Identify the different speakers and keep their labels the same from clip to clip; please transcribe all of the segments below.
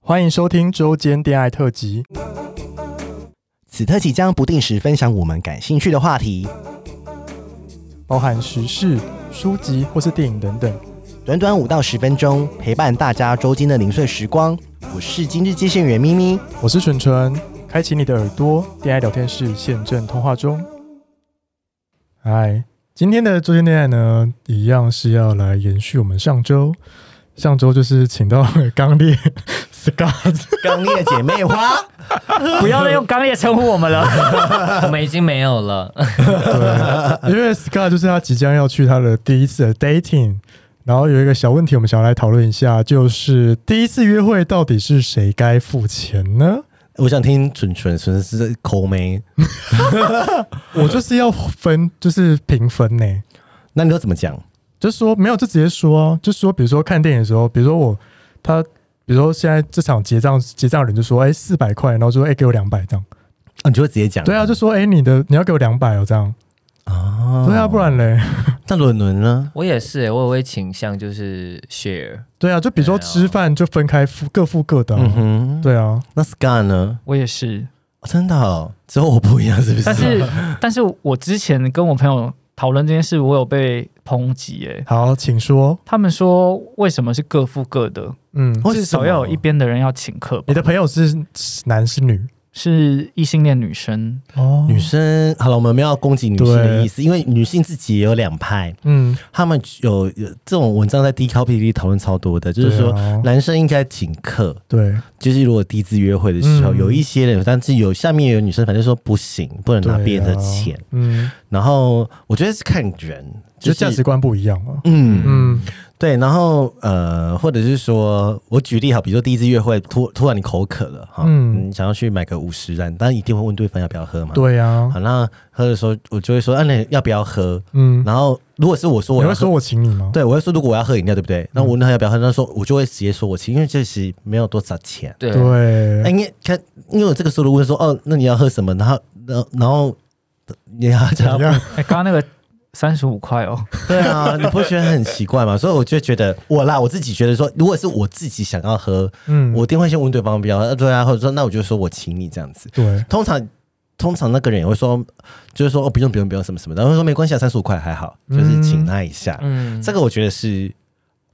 Speaker 1: 欢迎收听周间恋爱特辑。
Speaker 2: 此特辑将不定时分享我们感兴趣的话题，
Speaker 1: 包含时事、书籍或是电影等等。
Speaker 2: 短短五到十分钟，陪伴大家周间的零碎时光。我是今日接线员咪咪，
Speaker 1: 我是纯纯，开启你的耳朵，恋爱聊天室现正通话中。嗨，今天的周间恋爱呢，一样是要来延续我们上周，上周就是请到刚烈 Scott，
Speaker 2: 刚烈姐妹花，
Speaker 3: 不要再用刚烈称呼我们 了。
Speaker 4: 我们已经没有了。
Speaker 1: 对， 因为 Scott 就是他即将要去他的第一次的 dating，然后有一个小问题，我们想要来讨论一下，就是第一次约会到底是谁该付钱呢？
Speaker 2: 我想听纯纯纯是抠妹，
Speaker 1: 我就是要分，就是平分呢、
Speaker 2: 那你都怎么讲？
Speaker 1: 就是说没有就直接说、啊，就说比如说看电影的时候，比如说我他，比如说现在这场结账结账的人就说哎四百块，然后就说哎、给我两百这样，
Speaker 2: 啊，你就会直接讲，
Speaker 1: 对啊，就说哎、你的你要给我两百哦这样，
Speaker 2: 啊
Speaker 1: 对啊不然嘞，
Speaker 2: 那伦伦呢？
Speaker 4: 我也是，我也会倾向就是 share。
Speaker 1: 对啊，就比如说
Speaker 4: 对啊
Speaker 1: 吃饭就分开付各付各的啊、
Speaker 2: 嗯哼，
Speaker 1: 对啊，
Speaker 2: 那 Scar 呢？
Speaker 3: 我也是，
Speaker 2: 哦真的哦，只有我不一样，是不是？
Speaker 3: 但是但是我之前跟我朋友讨论这件事，我有被抨击诶、
Speaker 1: 好，请说，
Speaker 3: 他们说为什么是各付各的，
Speaker 1: 嗯，
Speaker 2: 为什么
Speaker 3: 至少要有一边的人要请客吧
Speaker 1: 你？的朋友是是男是女？
Speaker 3: 是异性恋女生，
Speaker 1: 哦
Speaker 2: 女，生，好了，我们没有攻击女性的
Speaker 1: 对
Speaker 2: 意思，因为女性自己也有两派，
Speaker 1: 嗯，
Speaker 2: 他们有有这种文章在 D 靠 P D 讨论超多的，就是说
Speaker 1: 对啊
Speaker 2: 男生应该请客，
Speaker 1: 对
Speaker 2: 就是如果第一次约会的时候，
Speaker 1: 嗯
Speaker 2: 有一些人，但是有下面有女生反正说不行，不能
Speaker 1: 对啊
Speaker 2: 拿别人的钱。
Speaker 1: 嗯，
Speaker 2: 然后我觉得是看人，
Speaker 1: 就是价值观不一样嘛，
Speaker 2: 嗯嗯，
Speaker 1: 嗯，
Speaker 2: 对。然后呃，或者是说我举例好，比如说第一次约会，突突然你口渴了哈，
Speaker 1: 嗯
Speaker 2: 嗯，你想要去买个五十元，当然一定会问对方要不要喝嘛。。
Speaker 1: 对啊
Speaker 2: 好，，那喝的时候我就会说，啊，那要不要喝？
Speaker 1: 嗯，
Speaker 2: 然后如果是我说
Speaker 1: 你
Speaker 2: 我要
Speaker 1: 会
Speaker 2: 喝
Speaker 1: 说。哦我请你吗？
Speaker 2: 对，我会说如果我要喝饮料，对不对？那我那要不要喝？那说我就会直接说我请，因为这其实没有多少钱。
Speaker 4: 对，
Speaker 1: 对
Speaker 2: 哎、，因为看，因为我这个时候如果问说，哦，那你要喝什么？然后，然后，然后你要
Speaker 1: 怎
Speaker 2: 讲，
Speaker 1: 样？
Speaker 3: 哎、刚刚那个三十五块哦，
Speaker 2: 对啊，你不觉得很奇怪吗？所以我就觉得我啦，我自己觉得说，如果是我自己想要喝，
Speaker 1: 嗯，
Speaker 2: 我一定会先问对方不要，呃对啊，或者说那我就说我请你这样子。
Speaker 1: 对，
Speaker 2: 通常，通常那个人也会说，就是说哦，不用不用不用什么什么的，然后说没关系啊，三十五块还好，就是请他一下。
Speaker 4: 嗯，
Speaker 2: 这个我觉得是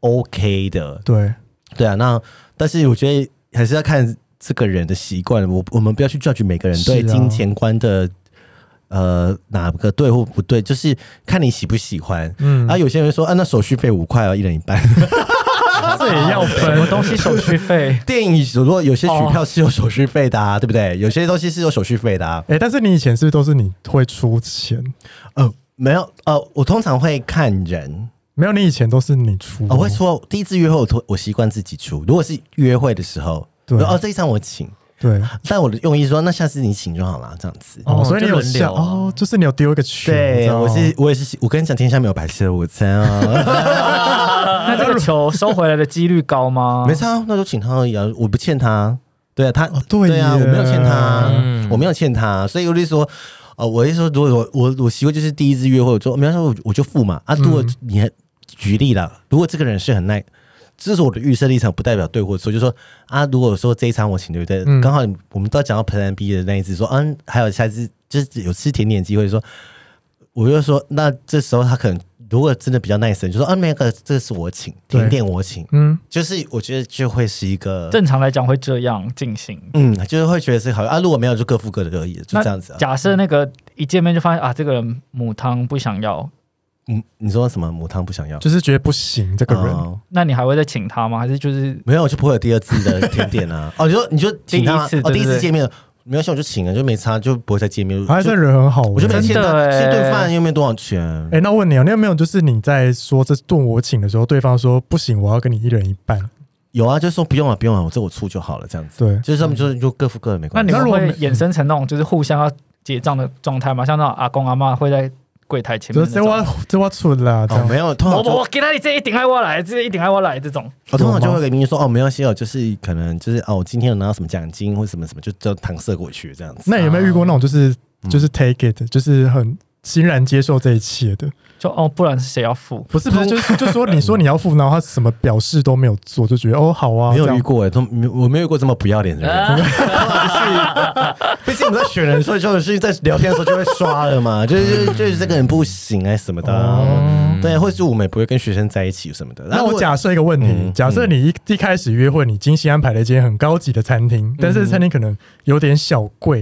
Speaker 2: OK 的，
Speaker 1: 对，
Speaker 2: 对啊，那但是我觉得还是要看这个人的习惯，我我们不要去 judge 每个人
Speaker 1: 是啊
Speaker 2: 对金钱观的、呃哪个对或不对，就是看你喜不喜欢。
Speaker 1: 嗯
Speaker 2: 啊，，有些人说啊，那手续费五块啊，一人一 半。？
Speaker 3: 这也要分什么东西手续费
Speaker 2: 电影如果有些取票是有手续费的、啊，
Speaker 1: 哦
Speaker 2: 对不对？有些东西是有手续费的、啊。
Speaker 1: 哎，但是你以前是不是都是你会出钱？
Speaker 2: 呃，没有，呃，我通常会看人，
Speaker 1: 没有，你以前都是你出，
Speaker 2: 我哦会，说第一次约会我都我习惯自己出，如果是约会的时候，
Speaker 1: 对
Speaker 2: 哦这一场我请，
Speaker 1: 对，
Speaker 2: 但我的用意是说那下次你请就好了，这样子。
Speaker 1: 哦，所以你有
Speaker 4: 就轮流
Speaker 1: 下
Speaker 4: 啊
Speaker 1: 哦，就是你有丢一个群，你知
Speaker 2: 对，
Speaker 1: 道吗
Speaker 2: 我是我也是，我跟你讲，天下没有白吃的午餐啊，
Speaker 3: 那这个球收回来的几率高吗？
Speaker 2: 没差，那就请他而已啊，我不欠他，对啊，他、
Speaker 1: 啊哦对
Speaker 2: 啊，
Speaker 1: 耶
Speaker 2: 我没有欠他，
Speaker 4: 嗯
Speaker 2: 我没有欠他，所以我就说，呃，我就说，如果我我我习惯就是第一次约会，我就没关系，我我就付嘛啊，如果你还、举例啦，如果这个人是很耐。这是我的预设立场，不代表对或错。就说啊，如果说这一餐我请，对不对？
Speaker 1: 嗯
Speaker 2: 刚好我们都要讲到 Plan B 的那一次，说嗯、还有下次就是有吃甜点的机会，说我就说，那这时候他可能如果真的比较 nice，你就说啊，那个这是我请，
Speaker 1: 对
Speaker 2: 甜点我请，
Speaker 1: 嗯，
Speaker 2: 就是我觉得就会是一个，
Speaker 3: 正常来讲会这样进行。
Speaker 2: 嗯，就是会觉得是好啊，如果没有就各付各的而已，就
Speaker 3: 那
Speaker 2: 这样子啊。
Speaker 3: 假设那个一见面就发现啊，这个人母汤不想要，
Speaker 2: 嗯，你说什么母汤不想要？
Speaker 1: 就是觉得不行这个人，
Speaker 2: 哦
Speaker 3: 那你还会再请他吗？还是就是
Speaker 2: 没有，就不会有第二次的甜点啊。哦，你说你就请他
Speaker 3: 第一次
Speaker 2: 哦，
Speaker 3: 对
Speaker 2: 第一
Speaker 3: 对
Speaker 2: 次
Speaker 3: 对
Speaker 2: 见面了没关系，我就请了，就没差，就不会再见面。
Speaker 1: 还
Speaker 2: 就是
Speaker 1: 人很好，
Speaker 2: 我就没欠
Speaker 3: 真
Speaker 2: 他，
Speaker 3: 的欸
Speaker 2: 这顿饭又没多少钱。
Speaker 1: 哎、那我问你啊，你有没有就是你在说这顿我请的时候，对方说不行，我要跟你一人一半？
Speaker 2: 有啊，就说不用了，不用了，我这我出就好了，这样子。
Speaker 1: 对，
Speaker 2: 就是他们就是就各付各的，没
Speaker 3: 那
Speaker 2: 关
Speaker 3: 你
Speaker 2: 系。
Speaker 1: 那
Speaker 3: 们
Speaker 1: 如果
Speaker 3: 会
Speaker 1: 没
Speaker 3: 衍生成那种就是互相要结账的状态吗？像那种阿公阿妈会在柜台前
Speaker 1: 就
Speaker 3: 面
Speaker 1: 是
Speaker 3: 那
Speaker 1: 这啊我
Speaker 3: 种，
Speaker 1: 这我蠢啦，这
Speaker 2: 哦，
Speaker 1: 样、
Speaker 2: 没有，通
Speaker 3: 我
Speaker 2: 常就
Speaker 3: 我我给他这一顶爱我来，这一顶爱我来这种，
Speaker 2: 我通常就
Speaker 1: 有吗
Speaker 2: 会给明明说哦，没关系哦，就是可能就是哦，我今天有拿到什么奖金或什么什么，就就搪塞过去这样子。嗯
Speaker 1: 那有没有遇过那种就是、就是 take it，就是很欣然接受这一切的，
Speaker 3: 就哦，不然是谁要付？
Speaker 1: 不是不是， 就是就说你说你要付，然后他什么表示都没有做，就觉得哦好啊，
Speaker 2: 没
Speaker 1: 这
Speaker 2: 有
Speaker 1: 样
Speaker 2: 遇过哎，都没有我没有遇过这么不要脸的
Speaker 4: 啊
Speaker 2: 人。 毕竟我们在选人，所以就是在聊天的时候就会刷了嘛，就是就是就是这个人不行哎什么的啊、对，或是我们也不会跟学生在一起什么的。
Speaker 1: 那
Speaker 2: 如
Speaker 1: 我
Speaker 2: 果
Speaker 1: 假设一个问题，
Speaker 2: 嗯
Speaker 1: 假设你一一开始约会，你精心安排了一间很高级的餐厅，但是餐厅可能有点小贵，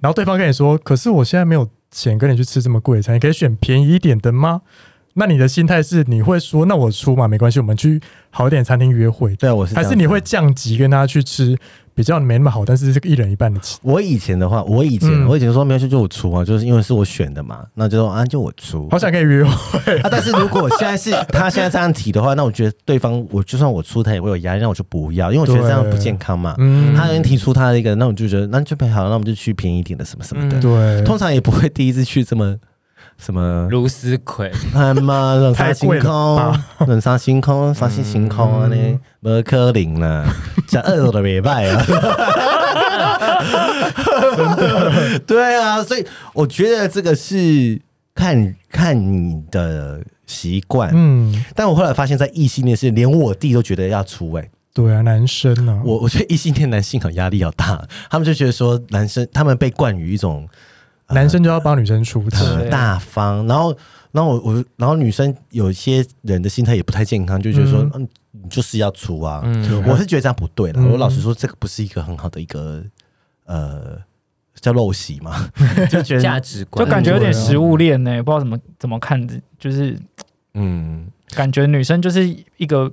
Speaker 1: 然后对方跟你说：“可是我现在没有钱跟你去吃这么贵的餐厅，可以选便宜一点的吗？”那你的心态是你会说：“那我出嘛，没关系，我们去好一点的餐厅约会。
Speaker 2: 对我”是这
Speaker 1: 还
Speaker 2: 样
Speaker 1: 啊是
Speaker 2: 子
Speaker 1: 你会降级跟他去吃比较没那么好，但是是一人一半的钱？
Speaker 2: 我以前的话，我以前、
Speaker 1: 嗯
Speaker 2: 我以前说没有就就我出啊，就是因为是我选的嘛，那就说啊就我出。
Speaker 1: 好想跟你约会，
Speaker 2: 啊！但是如果现在是他现在这样提的话，那我觉得对方我就算我出他也会有压力，那我就不要，因为我觉得这样不健康嘛。
Speaker 1: 嗯，
Speaker 2: 他能提出他的一个，那我就觉得那就好，那我们就去便宜一点的什么什么的。
Speaker 1: 嗯对，
Speaker 2: 通常也不会第一次去这么什么，
Speaker 4: 卢思奎，
Speaker 2: 他 妈冷杀星
Speaker 1: 太贵了嗯
Speaker 2: 空，冷杀星空，杀星星空啊呢，没可能啦，讲二手的没败啊。 对啊，所以我觉得这个是看看你的习惯，
Speaker 1: 嗯，
Speaker 2: 但我后来发现，在异性恋是连我弟都觉得要出位、
Speaker 1: 对啊，男生啊，
Speaker 2: 我我觉得异性恋男性很压力好大，他们就觉得说男生他们被惯于一种呃
Speaker 1: 男生就要帮女生出钱，
Speaker 2: 很
Speaker 3: 对
Speaker 2: 大方，然后，然后我我，然后女生有些人的心态也不太健康，就觉得说，
Speaker 1: 嗯
Speaker 2: 嗯，你就是要出啊。
Speaker 4: 嗯，
Speaker 2: 我是觉得这样不对了。
Speaker 1: 嗯
Speaker 2: 我老实说，这个不是一个很好的一个呃叫陋习嘛，就觉
Speaker 4: 价
Speaker 2: 得
Speaker 4: 值观
Speaker 3: 就感觉有点
Speaker 1: 对啊
Speaker 3: 食物链呢、不知道怎么怎么看，就是
Speaker 2: 嗯，
Speaker 3: 感觉女生就是一个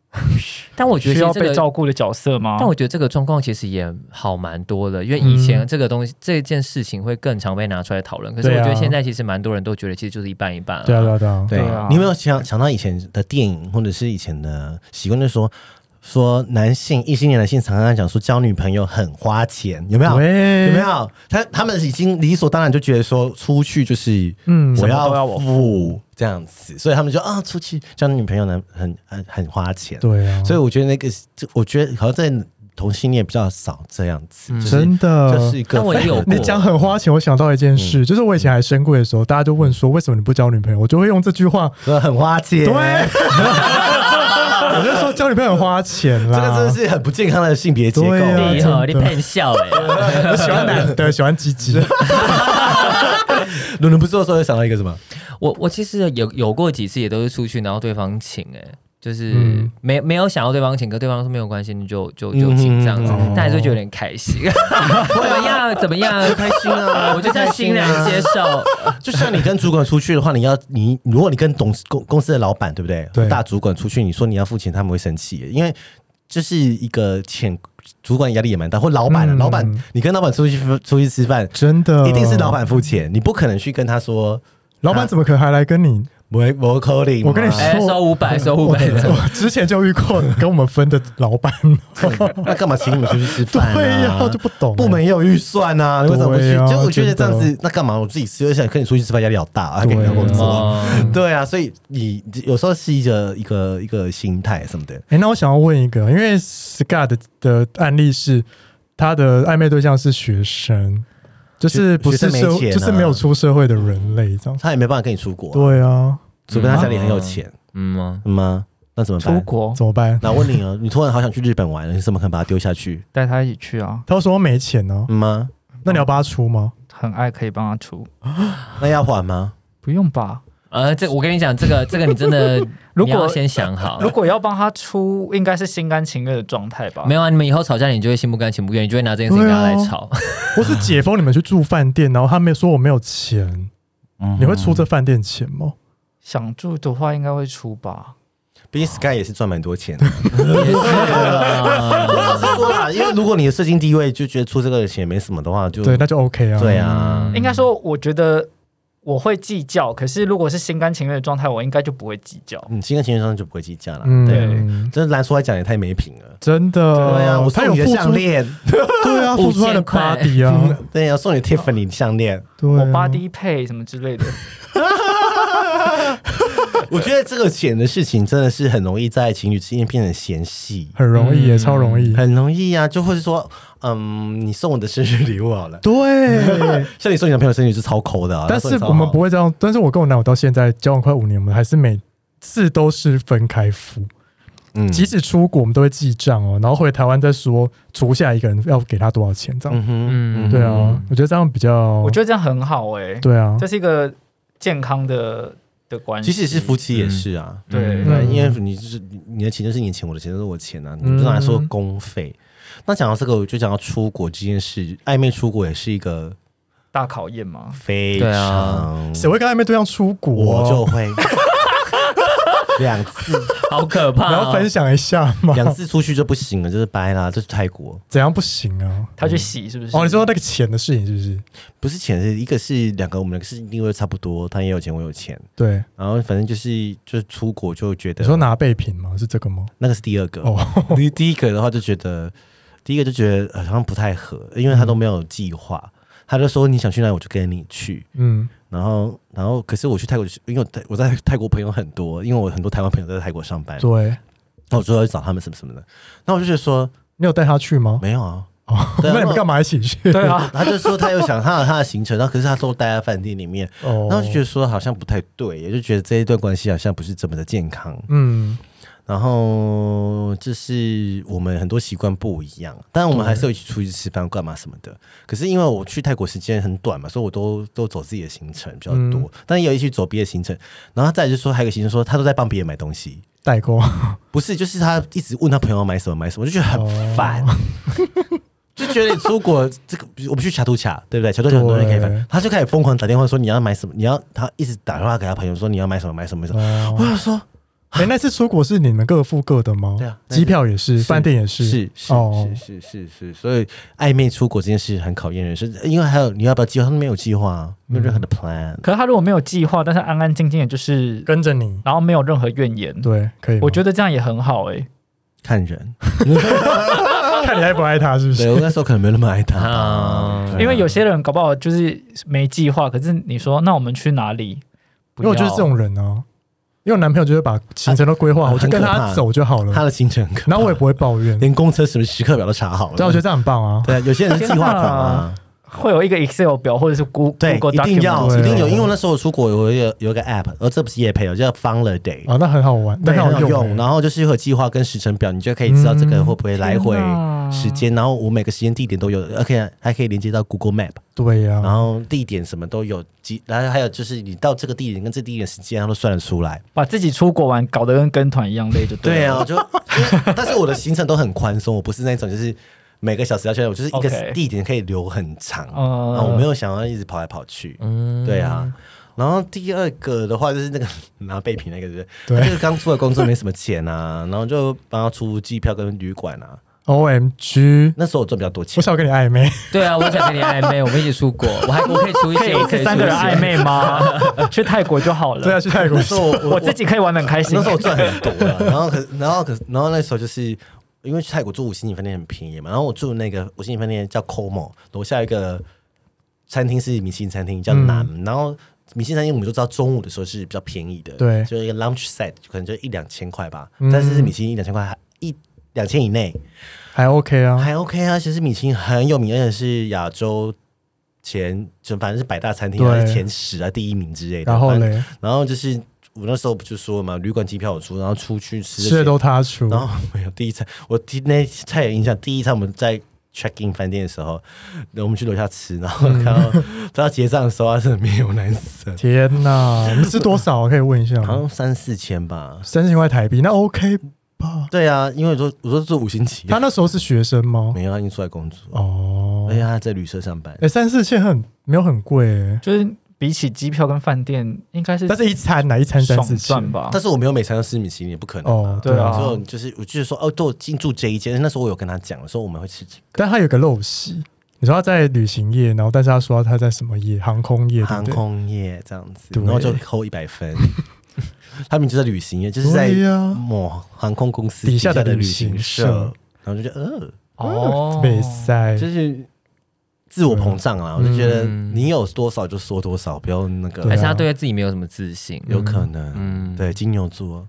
Speaker 4: 但我觉得
Speaker 3: 需
Speaker 4: 其
Speaker 3: 要
Speaker 4: 实这
Speaker 3: 被
Speaker 4: 个
Speaker 3: 照顾的角色吗？
Speaker 4: 但我觉得这个状况其实也好蛮多的，因为以前
Speaker 3: 嗯
Speaker 4: 这个东西、这件事情会更常被拿出来讨论。可是我
Speaker 1: 对啊
Speaker 4: 觉得现在其实蛮多人都觉得其实就是一半一半、啊。
Speaker 1: 对啊，对啊，对啊，
Speaker 2: 对。
Speaker 3: 对啊
Speaker 2: 你有没有想想到以前的电影或者是以前的习惯，就是说说男性异性恋男性常常讲说交女朋友很花钱，有没有？啊有
Speaker 1: 喂
Speaker 2: 没？有？他他们已经理所当然就觉得说出去就是
Speaker 1: 嗯
Speaker 2: 我
Speaker 3: 什么都要
Speaker 2: 要
Speaker 3: 我
Speaker 2: 付这样子，所以他们就啊，出去交女朋友呢，很很很花钱。
Speaker 1: 对啊，
Speaker 2: 所以我觉得那个，这我觉得好像在同性恋比较少这样子，
Speaker 4: 嗯
Speaker 2: 就是
Speaker 1: 真的，
Speaker 2: 这是一个嗯
Speaker 4: 但我也有过
Speaker 1: 你讲很花钱，我想到一件事，就是我以前还深贵的时候，大家就问说为什么你不交女朋友，我就会用这句 话，
Speaker 2: 很花钱，
Speaker 1: 对，啊我就说交女朋友很花钱
Speaker 2: 这
Speaker 1: 啦，
Speaker 2: 个真的是很不健康的性别结构。
Speaker 1: 对啊
Speaker 4: 你哦好，你
Speaker 1: 真的
Speaker 4: 骗笑哎、
Speaker 2: 呃
Speaker 1: 我喜欢男的，喜欢鸡鸡，
Speaker 2: 伦伦不是说有想到一个什么？
Speaker 4: 我我其实有有过几次也都是出去，然后对方请哎、就是
Speaker 1: 嗯
Speaker 4: 没、没有想要对方请，可对方说没有关系，你就就就请
Speaker 2: 嗯
Speaker 4: 这样子，
Speaker 1: 哦
Speaker 4: 但还是会觉得有点开心。 怎么样？怎么样？
Speaker 2: 开心啊
Speaker 4: 我就在欣 然接
Speaker 3: 哦
Speaker 4: 受。
Speaker 2: 就像你跟主管出去的话，你要你如果你跟董事公公司的老板对不对？
Speaker 1: 对
Speaker 2: 大主管出去，你说你要付钱，他们会生气，因为就是一个潜主管压力也蛮大，或老板、啊
Speaker 1: 嗯
Speaker 2: 老板，你跟老板出去出去吃饭，
Speaker 1: 真的，
Speaker 2: 一定是老，板付钱，你不可能去跟他说
Speaker 1: 老板怎么可能还来跟你？
Speaker 2: 我我扣零，
Speaker 1: 我跟你
Speaker 4: 哎、收五百，收五
Speaker 1: 我
Speaker 4: 百。
Speaker 1: 我之前就遇过跟我们分的老板，
Speaker 2: 那干嘛请你们出去吃饭、啊？
Speaker 1: 对呀，就不懂，啊
Speaker 2: 部门也有预算啊，你为什么不去？
Speaker 1: 对啊
Speaker 2: 就我觉得这样
Speaker 1: 真
Speaker 2: 子，那干嘛？我自己吃，而且跟你出去吃饭压力好大、啊，还给你当工
Speaker 1: 对
Speaker 2: 作。
Speaker 4: 哦
Speaker 2: 对啊，所以你有时候是一个一个一个心态什么的。
Speaker 1: 哎、那我想要问一个，因为 Scott 的的案例是他的暧昧对象是学生，就是不是
Speaker 2: 学生
Speaker 1: 社、
Speaker 2: 没钱啊
Speaker 1: 就是没有出社会的人类这样。
Speaker 2: 他也没办法跟你出国啊、
Speaker 1: 对啊，
Speaker 2: 除非他家里很有钱，
Speaker 4: 嗯吗？
Speaker 2: 嗯吗？那怎么
Speaker 3: 出
Speaker 2: 办？
Speaker 3: 国
Speaker 1: 怎么办？
Speaker 2: 那我问你哦，你突然好想去日本玩，你怎么可能把他丢下去？
Speaker 3: 带她一起去啊，
Speaker 1: 他说没钱呢、
Speaker 2: 嗯吗？
Speaker 1: 那你要帮他出吗？
Speaker 3: 很爱可以帮她出，
Speaker 2: 那要还吗？
Speaker 3: 不用吧？
Speaker 4: 呃，这我跟你讲，这个这个你真的，
Speaker 3: 如
Speaker 4: 你要
Speaker 3: 果
Speaker 4: 先想好。
Speaker 3: 如果要帮她出，应该是心甘情愿的状态吧？
Speaker 4: 没有啊，你们以后吵架，你就会心不甘情不愿，你就会拿这件事情跟他来
Speaker 1: 啊
Speaker 4: 吵。
Speaker 1: 或是解封你们去住饭店，然后他没有说我没有钱，
Speaker 2: 嗯
Speaker 1: 你会出这饭店钱吗？
Speaker 3: 想住的话，应该会出吧？
Speaker 2: 毕竟 Sky 也是赚蛮多钱的。
Speaker 4: 也是啊
Speaker 2: 我老实说啦，因为如果你的社经地位就觉得出这个钱没什么的话，就
Speaker 1: 对，那就 OK 啊。
Speaker 2: 对
Speaker 4: 嗯
Speaker 2: 啊，
Speaker 3: 应该说，我觉得我会计较，可是如果是心甘情愿的状态，我应该就不会计较。
Speaker 2: 嗯你心甘情愿上就不会计较了。
Speaker 1: 嗯，
Speaker 2: 这蓝叔来讲也太没品了。
Speaker 1: 真的，
Speaker 2: 对啊，我
Speaker 1: 他有
Speaker 2: 送你的
Speaker 1: 付
Speaker 2: 项
Speaker 1: 出，
Speaker 2: 链，
Speaker 1: 对 啊，付出他的
Speaker 4: 5000块
Speaker 1: body 啊，
Speaker 2: 对啊，送 你
Speaker 3: 啊
Speaker 2: Tiffany 项链，
Speaker 1: 对啊
Speaker 3: 哦我八低配什么之类的，
Speaker 2: 我觉得这个钱的事情真的是很容易在情侣之间变成嫌隙，
Speaker 1: 很容易，也
Speaker 4: 嗯
Speaker 1: 超容易。
Speaker 2: 很容易啊，就或者说，嗯，你送我的生日礼物好了，嗯
Speaker 1: 对，
Speaker 2: 像你送你男朋友生日是超抠的、啊，
Speaker 1: 但
Speaker 2: 那送
Speaker 1: 是
Speaker 2: 你超
Speaker 1: 我们
Speaker 2: 好
Speaker 1: 不会这样。但是我跟我男友到现在交往快五年，我们还是每次都是分开付，
Speaker 2: 嗯
Speaker 1: 即使出国我们都会记账哦，然后回台湾再说除下一个人要给他多少钱这样。
Speaker 2: 嗯哼
Speaker 4: 嗯
Speaker 1: 对啊，我觉得这样比较，
Speaker 3: 我觉得这样很好哎、
Speaker 1: 对啊
Speaker 3: 这，是一个健康的的关系，
Speaker 2: 即使是夫妻也是啊，
Speaker 3: 对、
Speaker 4: 嗯
Speaker 2: 对，
Speaker 1: 嗯
Speaker 2: 因为你就是你的钱就是你的钱，我的钱就是我的钱啊，你不
Speaker 1: 嗯
Speaker 2: 拿来说公费。那讲到这个，我就讲到出国这件事，暧昧出国也是一个
Speaker 3: 大考验嘛。
Speaker 2: 非
Speaker 4: 对啊
Speaker 2: 常，
Speaker 1: 谁会跟暧昧对象出国啊？
Speaker 2: 我就会 两次
Speaker 4: 好可怕、哦
Speaker 1: 你要分享一下吗？
Speaker 2: 两次出去就不行了，就是掰啦，这是泰国，
Speaker 1: 怎样不行啊？
Speaker 3: 他去洗是不是？
Speaker 1: 哦，你说那个钱的事情是不是？
Speaker 2: 不是钱是一个是两个，我们是因为差不多，他也有钱，我有钱，
Speaker 1: 对，
Speaker 2: 然后反正就是就是出国就觉
Speaker 1: 你说
Speaker 2: 得
Speaker 1: 拿备品吗？是这个吗？
Speaker 2: 那个是第二个，
Speaker 1: 哦，
Speaker 2: 你第一个的话就觉得，第一个就觉得呃好像不太合，因为他都没有计划，他就说你想去哪里我就跟你去。
Speaker 1: 嗯
Speaker 2: 然后，然后，可是我去泰国，就是因为我在我在泰国朋友很多，因为我很多台湾朋友都在泰国上班，
Speaker 1: 对，
Speaker 2: 那我就要去找他们什么什么的。那我就觉得说
Speaker 1: 你有带他去吗？
Speaker 2: 没有啊，
Speaker 1: 哦，
Speaker 2: 对啊
Speaker 1: 那你
Speaker 2: 那
Speaker 1: 们干嘛一起去？
Speaker 3: 对啊，
Speaker 2: 他就说他又想他有他的行程，然后可是他说待在饭店里面，
Speaker 1: 哦
Speaker 2: 然后就觉得说好像不太对，也就觉得这一段关系好像不是这么的健康。
Speaker 1: 嗯，
Speaker 2: 然后就是我们很多习惯不一样，但我们还是有一起出去吃饭、干嘛什么的。可是因为我去泰国时间很短嘛，所以我都都走自己的行程比较多，但也有一起走别的行程。然后再来就是说，还有一个行程说他都在帮别人买东西，
Speaker 1: 代购，
Speaker 2: 不是，就是他一直问他朋友买什么买什么，就觉得
Speaker 1: 哦
Speaker 2: 很烦。就觉得你出国这个，我们去卡图卡，对不对？卡图卡很多人可以
Speaker 1: 对
Speaker 2: 买，他就开始疯狂打电话说你要买什么，你要他一直打电话给他朋友说你要买什么买什么买什么。我
Speaker 1: 哦，
Speaker 2: 想说，
Speaker 1: 哎，那次出国是你们各付各的吗？
Speaker 2: 对啊
Speaker 1: 机票也是，
Speaker 2: 是
Speaker 1: 饭店也是，
Speaker 2: 是是
Speaker 1: 哦
Speaker 2: 是是是是，所以暧昧出国这件事很考验人生，因为还有你要不要计划，他们没有计划啊，没有任何的
Speaker 1: 嗯
Speaker 2: plan。
Speaker 3: 可是他如果没有计划，但是安安静静的，就是
Speaker 1: 跟着你，
Speaker 3: 然后没有任何怨言，
Speaker 1: 对，可以吗。
Speaker 3: 我觉得这样也很好哎、
Speaker 2: 看 人，
Speaker 1: 得看你爱不爱他，是不
Speaker 2: 对
Speaker 1: 是？
Speaker 2: 我那时候可能没有那么爱他
Speaker 4: 啊
Speaker 2: 吧，对啊
Speaker 3: 因为有些人搞不好就是没计划，可是你说那我们去哪里？
Speaker 1: 因为我就是这种人啊，因为我男朋友就会把行程都规划好，
Speaker 2: 啊
Speaker 1: 我就跟
Speaker 2: 很可
Speaker 1: 他
Speaker 2: 怕
Speaker 1: 走就好
Speaker 2: 他
Speaker 1: 了，
Speaker 2: 的行程很可怕，
Speaker 1: 然后我也不会抱怨。
Speaker 2: 连公车什么时刻表都查好了。
Speaker 1: 对啊，我觉得这样很棒啊。
Speaker 2: 对啊，有些人是计划款 啊，
Speaker 3: 会有一个 Excel 表或者是 Goo-
Speaker 2: 对，
Speaker 3: Google
Speaker 2: 一定要
Speaker 3: document，
Speaker 1: 对
Speaker 2: 一定有，因为我那时候我出国有一个有一个 app，而这不是夜配哦，叫 Funholiday。
Speaker 1: 啊，那很好玩，那
Speaker 2: 对，很
Speaker 1: 好
Speaker 2: 有
Speaker 1: 用欸。
Speaker 2: 然后就是会有计划跟时程表，你就可以知道这个会不会来回
Speaker 3: 嗯
Speaker 2: 时间，然后我每个时间地点都有，而且还可以连接到 Google Map，
Speaker 1: 对呀，
Speaker 2: 然后地点什么都有，几然后还有就是你到这个地点跟这地点时间，它都算得出来。
Speaker 3: 把自己出国玩搞得跟跟团一样累就
Speaker 2: 对
Speaker 3: 了
Speaker 2: 啊，我就， 但是我的行程都很宽松，我不是那种就是每个小时要去，我就是一
Speaker 3: OK
Speaker 2: 个地点可以留很长，
Speaker 3: 嗯
Speaker 2: 啊，我没有想要一直跑来跑去。
Speaker 4: 嗯
Speaker 2: 对啊，然后第二个的话就是那个 拿备品那个，对不
Speaker 1: 对
Speaker 2: 对？他就是刚出来工作没什么钱啊，然后就帮他出机票跟旅馆啊。
Speaker 1: ，O M G，
Speaker 2: 那时候我赚比较多
Speaker 1: 我
Speaker 2: 钱，
Speaker 1: 想跟你暧 昧，
Speaker 4: 对啊，我想跟你暧昧，我们一起出国，我还我可以出一
Speaker 3: 可以
Speaker 4: 些，我
Speaker 3: 一
Speaker 4: 可以
Speaker 3: 次
Speaker 4: 出
Speaker 3: 三个人
Speaker 4: 一些
Speaker 3: 暧昧吗？ 去泰国就好了。
Speaker 1: 对啊，去泰国
Speaker 2: 那时候 我
Speaker 3: 我自己可以玩的很开心
Speaker 2: 那时。候我赚很多了， 然后可然后可然后那时候就是因为去泰国住五星级饭店很便宜嘛，然后我住那个五星级饭店叫 Como，楼下有一个餐厅是米其林餐厅叫南，然后米其林餐厅我们都知道中午的时候是比较便宜的，
Speaker 1: 对
Speaker 2: 就是一个 lunch set 可能就一两千块吧，
Speaker 1: 嗯
Speaker 2: 但是是米其林一两千块还一。两千以内
Speaker 1: 还 OK 啊，
Speaker 2: 还 OK 啊，其实米其林很有名，而且是亚洲前就反正是百大餐厅还
Speaker 1: 对
Speaker 2: 是前十啊第一名之类的。
Speaker 1: 然后
Speaker 2: 反正
Speaker 1: 嘞，
Speaker 2: 然后就是我那时候不就说嘛，旅馆机票我出，然后出去吃这
Speaker 1: 吃的
Speaker 2: 些
Speaker 1: 都他出，
Speaker 2: 然后没有第一餐，我第那太有印象，第一餐我们在 check in 饭店的时候，我们去楼下吃，然后看到
Speaker 1: 嗯
Speaker 2: 到结账的时候，他是面有男生，
Speaker 1: 天哪，你们吃多少啊？可以问一下
Speaker 2: 好
Speaker 1: 吗？
Speaker 2: 像三四千吧。
Speaker 1: 三千块台币，那 OK 吧？
Speaker 2: 对啊，因为我说我说住五星级，
Speaker 1: 他那时候是学生吗？
Speaker 2: 没有，他已经出来工作，
Speaker 1: 哦
Speaker 2: 而，且他还在旅社上班
Speaker 1: 哎、。三四千很没有很贵、欸，
Speaker 3: 就是比起机票跟饭店，应该是
Speaker 1: 但是一餐哪一餐三
Speaker 3: 爽
Speaker 1: 四
Speaker 3: 赚
Speaker 1: 千？
Speaker 3: 吧
Speaker 2: 但？是我没有每餐都吃米其林，也不可能啊。
Speaker 1: 哦，
Speaker 3: 对啊
Speaker 1: 对啊，
Speaker 2: 所以我就是我就是说，哦，都有进住这一间。那时候我有跟他讲，说我们会吃这
Speaker 1: 但他有个陋习，你说他在旅行业，然后但是他说他在什么业？航空业，
Speaker 2: 个
Speaker 1: 对
Speaker 2: 航
Speaker 1: 不对
Speaker 2: 空业这样子，
Speaker 1: 对
Speaker 2: 然后就扣一百 分。他们就在旅行业，就是在
Speaker 1: 对啊嗯呀
Speaker 2: 某航空公司
Speaker 1: 底下的
Speaker 2: 的
Speaker 1: 旅
Speaker 2: 旅
Speaker 1: 行
Speaker 2: 行
Speaker 1: 社嗯
Speaker 2: 社，然后就觉得呃，
Speaker 1: 哦，没塞，
Speaker 2: 就是自我膨胀啊，我就觉得
Speaker 4: 嗯
Speaker 2: 你有多少就说多少，不要那
Speaker 1: 对
Speaker 2: 个
Speaker 4: 还
Speaker 1: 啊
Speaker 4: 是他对自己没有什么自信？
Speaker 2: 有可能，
Speaker 4: 嗯
Speaker 2: 对，金牛座。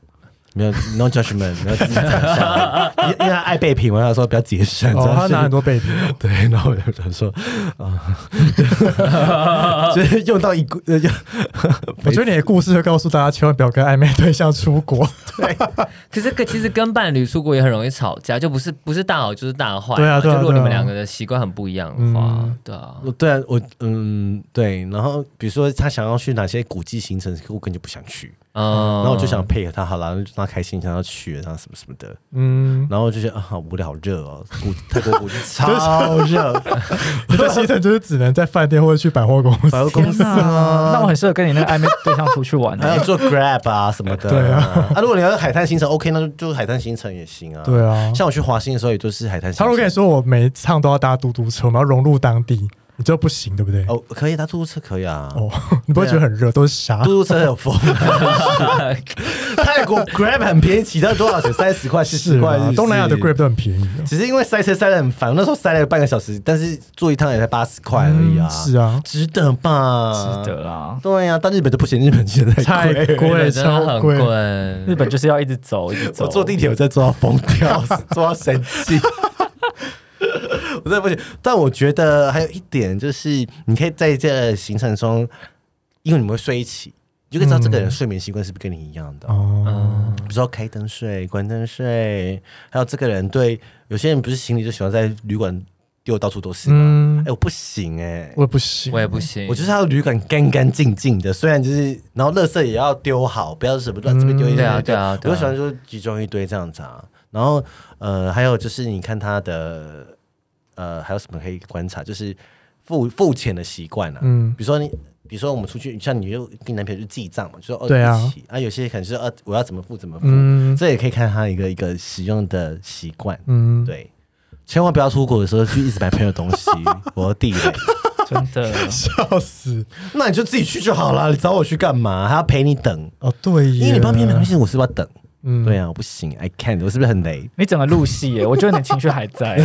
Speaker 2: 没有，no judgment，没有自己讲一下，因为因为他爱被评嘛，他说比较节省，
Speaker 1: 哦，他
Speaker 2: 这
Speaker 1: 拿很
Speaker 2: 样是
Speaker 1: 多 备品哦，
Speaker 2: 对，然后我就想说啊， 就是用到一股，呃就
Speaker 1: 我觉得你的故事会告诉大家，千万不要跟暧昧对象出 国。
Speaker 4: 可是跟其实跟伴侣出国也很容易吵架，就不是不是大好就是大坏嘛。
Speaker 1: 对啊对啊
Speaker 4: 就如果你们
Speaker 1: 对啊
Speaker 4: 两个的习惯很不一样的话，
Speaker 1: 嗯
Speaker 4: 对啊，
Speaker 2: 我对啊，我嗯对，然后比如说他想要去哪些古迹行程，我根本就不想去，
Speaker 4: 嗯，
Speaker 2: 然后我就想配合他好了，然后就让他开心，想要去，然后什么什么的，
Speaker 1: 嗯，
Speaker 2: 然后我就觉得啊，好无聊，好热哦，古泰国 古迹超热，
Speaker 1: 你的行程就是只能在饭店或者去百货公司。
Speaker 2: 百货公司啊，
Speaker 3: 那我很适合跟你那个暧昧对象出去玩
Speaker 2: 还
Speaker 3: 的
Speaker 2: 要。做 Grab 啊什么的。
Speaker 1: 对
Speaker 2: 啊，如果你要海滩行程 OK，那就就海滩行程也行啊。
Speaker 1: 对啊，
Speaker 2: 像我去华兴的时候，也都是海滩行
Speaker 1: 他
Speaker 2: 程。
Speaker 1: 如果跟你说我每一趟都要搭嘟嘟车，我们要融入当地，你就不行，对不对？
Speaker 2: 哦，可以，他嘟嘟车可以啊。
Speaker 1: 哦， 你不会觉得很热，都是沙
Speaker 2: 嘟。嘟车很有风， 泰国 Grab 很便宜，起到多少钱？三十块、四
Speaker 1: 是
Speaker 2: 十块
Speaker 1: 啊。
Speaker 2: 是不是
Speaker 1: 东南亚的 Grab 都很便宜啊的，
Speaker 2: 只是因为塞车塞得很烦，我那时候塞了半个小时，但是坐一趟也才八十块而已啊。
Speaker 1: 嗯是啊，
Speaker 2: 值得吧？
Speaker 3: 值。得啦，
Speaker 2: 对呀、啊，到日本都不行，日本现在
Speaker 1: 太贵，
Speaker 4: 嗯对真的
Speaker 1: 超
Speaker 4: 很
Speaker 1: 贵
Speaker 4: 贵。。
Speaker 3: 呃日本就是要一直走，一直走。
Speaker 2: 我坐地铁，我在坐到疯掉， 坐到生气。我真的不行，但我觉得还有一点就是，你可以在这行程中，因为你们会睡一起，你就可以知道这个人睡眠习惯是不是跟你一样的。
Speaker 1: 哦，
Speaker 4: 嗯
Speaker 2: 比如说开灯睡、关灯睡，还有这个人对有些人不是行李就喜欢在旅馆丢到处都是吗？哎、
Speaker 1: 嗯，
Speaker 2: 我不行哎、
Speaker 1: 我也不行，
Speaker 4: 我也不行，
Speaker 2: 我就是要旅馆干干净净的，虽然就是，然后垃圾也要丢好，不要什么乱这边丢一
Speaker 1: 嗯
Speaker 2: 堆、
Speaker 4: 对啊
Speaker 2: 那边丢
Speaker 4: 对啊对
Speaker 2: 我就
Speaker 4: 啊
Speaker 2: 喜欢就集中一堆这样子啊。然后呃，还有就是你看他的呃，还有什么可以观察，就是付付钱的习惯啊，
Speaker 1: 嗯
Speaker 2: 比如说你。比如说我们出去，像你就跟男朋友就记账嘛，就说哦
Speaker 1: 对啊
Speaker 2: 一起啊，有些可能是呃我要怎么付怎么付，
Speaker 1: 嗯
Speaker 2: 这也可以看他一个一个使用的习惯。
Speaker 1: 嗯，
Speaker 2: 对，千万不要出国的时候去一直买朋友东西，我要地雷。
Speaker 3: 真的
Speaker 1: 笑死。
Speaker 2: 那你就自己去就好了，你找我去干嘛？还要陪你等，
Speaker 1: 哦，对耶，
Speaker 2: 因为你帮别人买东西，我是不是要等？
Speaker 1: 嗯
Speaker 2: 对啊，我不行，I can't，我是不是很雷？
Speaker 3: 你整个入戏耶，我觉得你情绪还 在。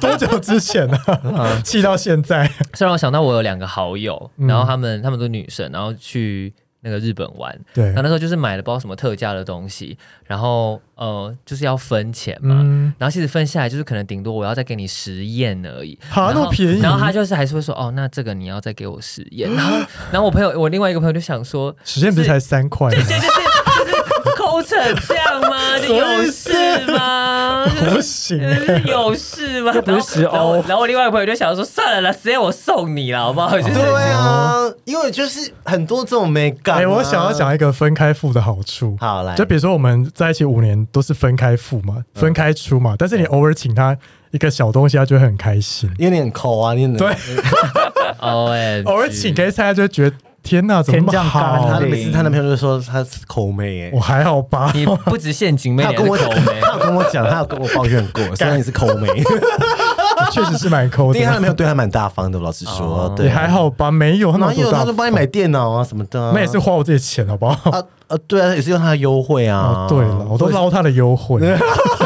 Speaker 1: 多久之前呢、
Speaker 4: 嗯
Speaker 1: 啊？气到现在，
Speaker 4: 是让我想到我有两个好友，
Speaker 1: 嗯
Speaker 4: 然后他们他们都女生，然后去那个日本玩，
Speaker 1: 对
Speaker 4: 然后那时候就是买了不知道什么特价的东西，然后呃就是要分钱嘛。
Speaker 1: 嗯，
Speaker 4: 然后其实分下来就是可能顶多我要再给你十验而已，
Speaker 1: 哈
Speaker 4: 然后
Speaker 1: 那么便宜
Speaker 4: 然后他就是还是会说哦，那这个你要再给我十验。然后然后我朋友我另外一个朋友就想说，
Speaker 1: 时间不是才三块啊吗？
Speaker 4: 这就是就是抠成这 样吗？你有事吗？
Speaker 1: 不 行哦耶，
Speaker 4: 有 事吗？
Speaker 3: 不是10
Speaker 4: 然后
Speaker 3: 欧
Speaker 4: 然后然后我另外一个朋友就想说，算了啦，时间我送你了，好不
Speaker 1: 哦
Speaker 4: 好？就是
Speaker 2: 对啊，因为就是很多这种美感、
Speaker 1: 哎、
Speaker 2: 啊。
Speaker 1: 我想要讲一个分开付的好处。
Speaker 2: 好来，嗯
Speaker 1: 就比如说我们在一起五年都是分开付嘛，分开出嘛，但是你偶尔请他一个小东西，他就会很开心。
Speaker 2: 因为你很抠啊，你很
Speaker 1: 对，
Speaker 4: O M，
Speaker 1: 偶尔请给他，他就会觉得天哪，怎么那么
Speaker 3: 天
Speaker 2: 她
Speaker 1: 好
Speaker 3: 降？
Speaker 2: 每次她男朋友就说她是抠妹、
Speaker 1: 我
Speaker 2: 欸，
Speaker 1: 还好吧？
Speaker 4: 你不止陷阱妹，
Speaker 2: 她
Speaker 4: 你
Speaker 2: 有跟我
Speaker 4: 还是
Speaker 2: 讲，
Speaker 4: 狗妹。
Speaker 2: 她有跟我 讲，她有跟我抱怨过，虽然你是抠妹，
Speaker 1: 确实是蛮抠
Speaker 2: 因为她男
Speaker 1: 的。
Speaker 2: 朋友对她蛮大方的，老实说，
Speaker 4: 哦
Speaker 2: 对，
Speaker 1: 也还。好吧？没有，他哪
Speaker 2: 男
Speaker 1: 有
Speaker 2: 友
Speaker 1: 多大
Speaker 2: 他就帮你买电脑啊什么的啊、
Speaker 1: 那也是花我自己的钱，好不好？
Speaker 2: 啊啊，对啊，也是用他的优惠啊。
Speaker 1: 哦，对了，我都捞他的优惠，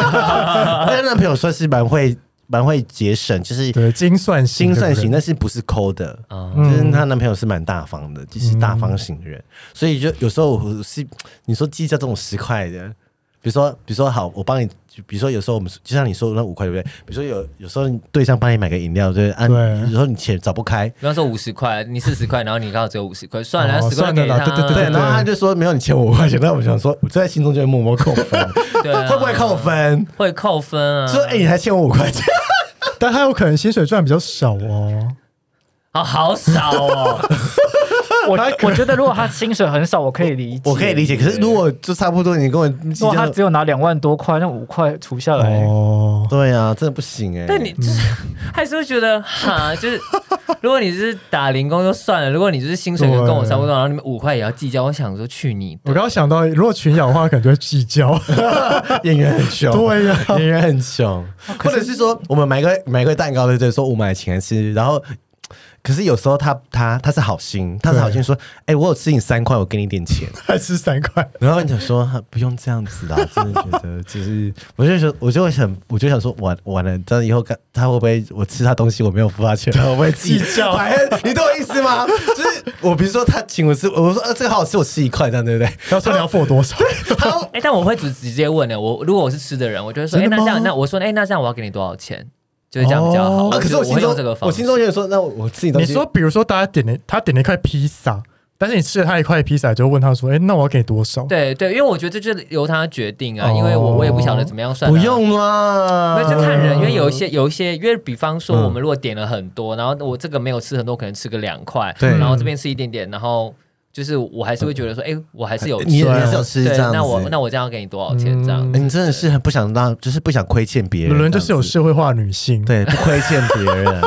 Speaker 2: 我那男朋友算是蛮会蛮会节省，就是
Speaker 1: 对，精算型
Speaker 2: 心
Speaker 1: 的人，
Speaker 2: 算型，但是不是抠的。
Speaker 4: 啊
Speaker 1: 嗯
Speaker 2: 就是她男朋友是蛮大方的，就是大方型的人，所以就有时候我是你说计较这种十块的，比如说比如说好，我帮你，比如说有时候我们就像你说的那五块对不对？比如说有有时候你对象帮你买个饮料，对不对，啊，
Speaker 1: 对
Speaker 2: 有时候你钱找不开，
Speaker 4: 比方说五十块，你四十块，然后你刚好只有五十块，算
Speaker 1: 哦
Speaker 4: 了，十块
Speaker 1: 算了
Speaker 4: 给
Speaker 1: 啦
Speaker 4: 他。
Speaker 1: 对对
Speaker 2: 对，然后他就说没有你欠我五块钱，那我想说我就在心中就会默默扣分，
Speaker 4: 对啊
Speaker 2: 会不会扣？分？
Speaker 4: 会扣分啊！
Speaker 2: 说哎、你还欠我五块钱，
Speaker 4: 嗯
Speaker 1: 但他有可能薪水赚比较少哦。
Speaker 4: 啊，好少哦。
Speaker 3: 我我觉得如果他薪水很少，我可以理解，
Speaker 2: 我可以理解，可是如果就差不多，你跟我计
Speaker 3: 如果他
Speaker 2: 较
Speaker 3: 只，有拿两万多块，那五块除下来，
Speaker 1: 哦，
Speaker 2: 对啊，真的不行哎、
Speaker 4: 但你就是还是会觉得哈，就是如果你是打零工就算了，如果你就是薪水跟跟我差不多，然后你们五块也要计较，我想说去你的
Speaker 1: 我刚刚想到，如果群咬的话，可能就会计较。
Speaker 2: 演员很 穷，
Speaker 1: 对呀
Speaker 4: 啊
Speaker 2: 演员很穷，或者是说我们买个买个蛋糕，对对，说我买请来吃，然后可是有时候他他他是好心，他是好心说，哎、我有吃你三块，我给你一点 钱。
Speaker 1: 还吃三块，
Speaker 2: 然后你想说啊不用这样 子啦，真的觉得就是，我就说，我就会想，我就想说，完完了，这样以后看他会不会我吃他东西我没有付他 钱， 我会计较，哎你懂我意思吗？就是我比如说他请我吃，我说呃、这个好好吃，我吃一块，这样对不对？
Speaker 1: 要说你要付我多少？
Speaker 2: 他
Speaker 4: 哎、但我会直直接问的，我如果我是吃的人，我就会说，哎、
Speaker 1: 真的
Speaker 4: 那
Speaker 1: 吗
Speaker 4: 这样，那我说，哎、那这样我要给你多少钱？就是这样比较好。
Speaker 1: 哦
Speaker 2: 啊，可是我
Speaker 4: 就
Speaker 2: 心
Speaker 4: 会用
Speaker 2: 中
Speaker 4: 这个方
Speaker 2: 我
Speaker 4: 式
Speaker 2: 心中就是说，那我我自己东
Speaker 1: 你
Speaker 2: 西，
Speaker 1: 说，比如说大家点了，他点了一块披萨，但是你吃了他一块披萨，就问他说：“哎、那我要给你多少？”
Speaker 4: 对对，因为我觉得这就是由他决定啊，
Speaker 1: 哦
Speaker 4: 因为我我也不晓得怎么样算、啊。
Speaker 2: 不。用啦，
Speaker 4: 因为就看人，因为有一些
Speaker 1: 嗯
Speaker 4: 有一些，因为比方说
Speaker 2: 嗯
Speaker 4: 我们如果点了很多，然后我这个没有吃很多，可能吃个两块，
Speaker 2: 对
Speaker 4: 然后这边吃一点点，然后就是我还是会觉得说，哎、我还是有
Speaker 2: 你
Speaker 4: 吃
Speaker 2: 也
Speaker 1: 对啊
Speaker 2: 你是有吃这
Speaker 4: 对，
Speaker 2: 样子，
Speaker 4: 那我那我这样要给你多少钱？这样
Speaker 1: 嗯
Speaker 4: 子、
Speaker 2: 哎你真的是很不想让，就是不想亏欠别人。
Speaker 1: 伦伦就是有
Speaker 2: 事，
Speaker 1: 社会化女性，
Speaker 2: 对，不亏欠别 人，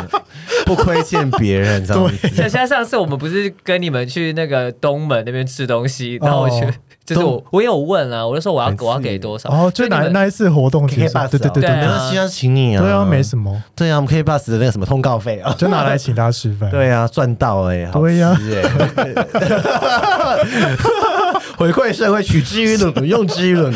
Speaker 2: 不亏欠别人这样
Speaker 4: 像
Speaker 2: 子。
Speaker 4: 像上次我们不是跟你们去那个东门那边吃东西，然后我去，
Speaker 1: 哦
Speaker 4: 就是我
Speaker 2: 东
Speaker 4: 我有问啊，我就说我要
Speaker 2: 很刺
Speaker 4: 我要给多少，
Speaker 1: 哦，就
Speaker 4: 你
Speaker 1: 哪
Speaker 4: 们
Speaker 1: 那一次活动结
Speaker 2: K
Speaker 1: 束
Speaker 2: bus，，
Speaker 1: 对对对
Speaker 4: 对
Speaker 2: 没
Speaker 1: 对，
Speaker 2: 关系啊，请你啊，
Speaker 1: 对啊，没什么，
Speaker 2: 对啊，我们 K bus 的那个什么通告费啊，
Speaker 1: 就拿来请他吃饭。
Speaker 2: 对啊，赚到哎，好
Speaker 1: 对呀
Speaker 2: 吃哎 回馈社会，取之于 伦，用之于伦。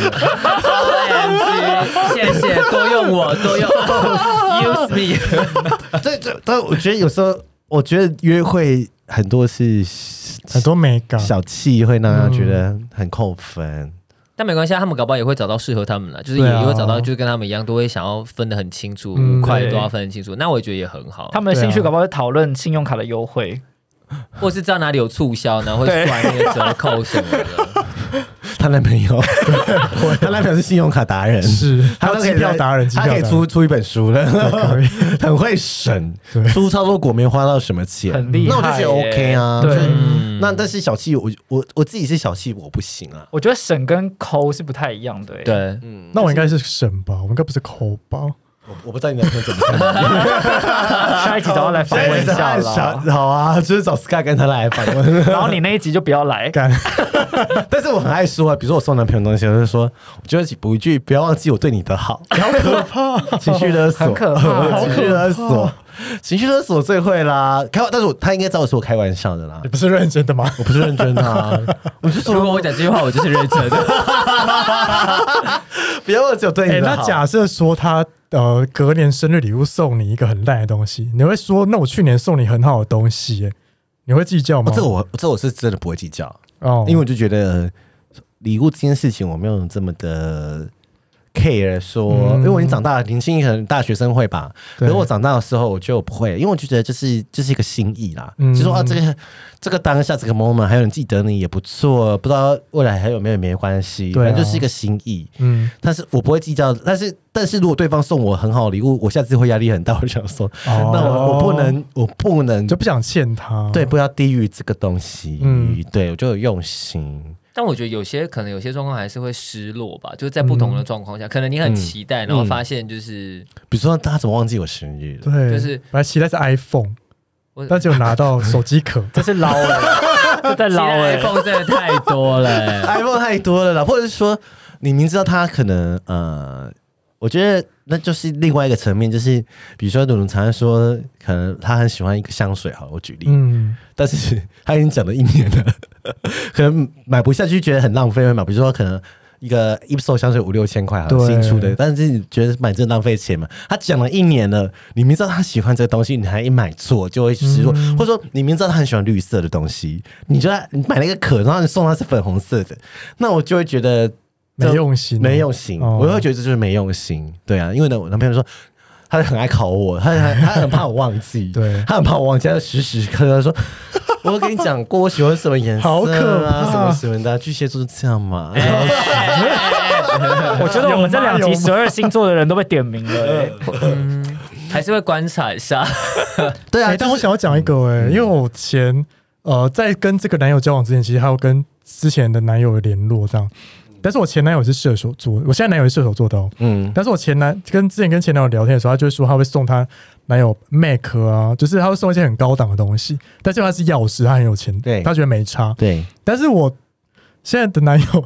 Speaker 4: OMG，谢谢，多用我，多用我，use me。
Speaker 2: 这这，但我觉得有时候，我觉得约会很多是
Speaker 1: 很多美感，
Speaker 2: 小气，会让人觉得
Speaker 1: 嗯
Speaker 2: 很扣分。
Speaker 4: 但没关系，啊，他们搞不好也会找到适合他们的，就是也
Speaker 1: 对啊
Speaker 4: 也会找到，就是跟他们一样，都会想要分得很清楚，
Speaker 1: 嗯
Speaker 4: 五块都要分得清楚。那我也觉得也很好，
Speaker 3: 他们的兴趣搞不好会讨论信用卡的优惠，
Speaker 4: 或是知道哪里有促销，然后会算那个折扣什么的。
Speaker 2: 她男朋 友，她男朋友是信用卡达人，
Speaker 1: 是
Speaker 2: 他
Speaker 1: 还有机票达人，机
Speaker 2: 他
Speaker 1: 票达
Speaker 2: 可以
Speaker 1: 人
Speaker 2: 出出一本书了，
Speaker 1: 可以，
Speaker 2: 很会省
Speaker 1: 对，
Speaker 2: 出超多国没花到什么钱，
Speaker 3: 很厉害
Speaker 2: 那
Speaker 3: 耶。
Speaker 2: 我就觉得 OK 啊。
Speaker 3: 对
Speaker 2: 就是
Speaker 4: 嗯
Speaker 2: 那但是小气，我我我自己是小气，我不行啊。
Speaker 3: 我觉得省跟抠是不太一样的、欸。，
Speaker 4: 对，
Speaker 2: 嗯，
Speaker 1: 那我应该是省吧，我应该不是抠吧？
Speaker 2: 我我不知道你男朋友怎么 看，
Speaker 3: 下一集找他来访 问一下啦。
Speaker 2: 好啊，就是找 Sky 跟他来访问。
Speaker 3: 然后你那一集就不 要来，
Speaker 1: 干，
Speaker 2: 但是我很爱说啊，比如说我送男朋友东西，我就说，我就会补一句，不要忘记我对你的好，好可怕，情绪勒索，
Speaker 3: 很可怕，
Speaker 2: 情绪勒索，情绪勒索最会啦。开，但是我他应该知道我是我开玩笑的啦
Speaker 1: 你，不是认真的吗？
Speaker 2: 我不是认真的、啊，我就
Speaker 4: 如
Speaker 2: 说
Speaker 4: 果我讲这句话，我就是认真的。
Speaker 2: 不要忘记我对
Speaker 1: 哎、
Speaker 2: 你的好。
Speaker 1: 那假设说他呃隔年生日礼物送你一个很烂的东西，你会说那我去年送你很好的东西、哎你会计较吗？
Speaker 2: 哦这我这我是真的不会计较，
Speaker 1: 哦，
Speaker 2: 因为我就觉得呃礼物这件事情我没有这么的 care，说、
Speaker 1: 嗯
Speaker 2: 因为我已经长大了，年轻可能大学生会吧，可
Speaker 1: 对
Speaker 2: 是我长大的时候我就不会，因为我就觉得这是这是一个心意啦，
Speaker 1: 嗯
Speaker 2: 就说啊这个这个当下这个 moment 还有人记得你也不错，不知道未来还有没有也没关系，
Speaker 1: 对啊
Speaker 2: 反正就是一个心意。
Speaker 1: 嗯，
Speaker 2: 但是我不会计较，但是但是如果对方送我很好的礼物，我下次会压力很大，我就 想说，
Speaker 1: 哦
Speaker 2: 那我我不能我不能
Speaker 1: 就不想欠他，
Speaker 2: 对，不要低于这个东西，
Speaker 1: 嗯
Speaker 2: 对我就有用心，
Speaker 4: 但我觉得有些可能有些状况还是会失落吧，就是在不同的状况下，可能你很期待，然后发现就是
Speaker 2: 比如说他怎么忘记我生日了？
Speaker 1: 对，
Speaker 4: 就是
Speaker 1: 本来期待是 iPhone，
Speaker 4: 我
Speaker 1: 但结果拿 到手机壳
Speaker 3: 这是捞了，这在
Speaker 4: 现
Speaker 3: 捞
Speaker 4: 在
Speaker 3: 哎、欸。
Speaker 4: iPhone 真的太多 了欸。
Speaker 2: iPhone 太多了啦，或者是说你明知道他可能呃，我觉得那就是另外一个层面，就是比如说鲁鲁常常说，可能他很喜欢一个香水，好了，我举例，
Speaker 1: 嗯，
Speaker 2: 但是他已经讲了一年了， 可能买不下去，觉得很浪费，会买，比如说可能。一个 Ipso 香水五六千块，好
Speaker 1: 对
Speaker 2: 像新出的，但是你觉得买这浪费钱嘛？他讲了一年了，你明知道他喜欢这个东西，你还一买错，就会失落，
Speaker 1: 嗯
Speaker 2: 或者说你明知道他很喜欢绿色的东西，你就你买了一个壳，然后你送他是粉红色的，那我就会觉得
Speaker 1: 没用心，
Speaker 2: 没用心，
Speaker 1: 哦
Speaker 2: 我会觉得这就是没用心。对啊，因为呢，我男朋友说他很爱考我，他很他很怕我忘记，
Speaker 1: 对
Speaker 2: 他很怕我忘记，他就时时刻刻说。 我跟你讲过，我喜欢什么颜色、啊，
Speaker 1: 好可怕哎
Speaker 2: 什么什么的啊、巨蟹座是这样嘛？
Speaker 3: 我觉得我们这两
Speaker 1: 有
Speaker 3: 集
Speaker 1: 吗
Speaker 3: 十二星座的人都被点名了、 欸，
Speaker 4: 还是会观察一下。
Speaker 2: 对
Speaker 1: 哎、
Speaker 2: 啊，
Speaker 1: 但
Speaker 2: 嗯但
Speaker 1: 我
Speaker 2: 我想
Speaker 1: 想要讲一个哎、因为我前呃在跟这个男友交往之前，其实还有跟之前的男友有联络这样，但是我前男友是射手座，我现在男友是射手座的哦。
Speaker 2: 嗯，
Speaker 1: 但是我前男跟之前跟前男友聊天的时候，他就会说他会送他男友 Mac 啊，就是他会送一些很高档的东西，但是他是钥匙，他很有钱，
Speaker 2: 对
Speaker 1: 他觉得没差。
Speaker 2: 对，
Speaker 1: 但是我现在的男 友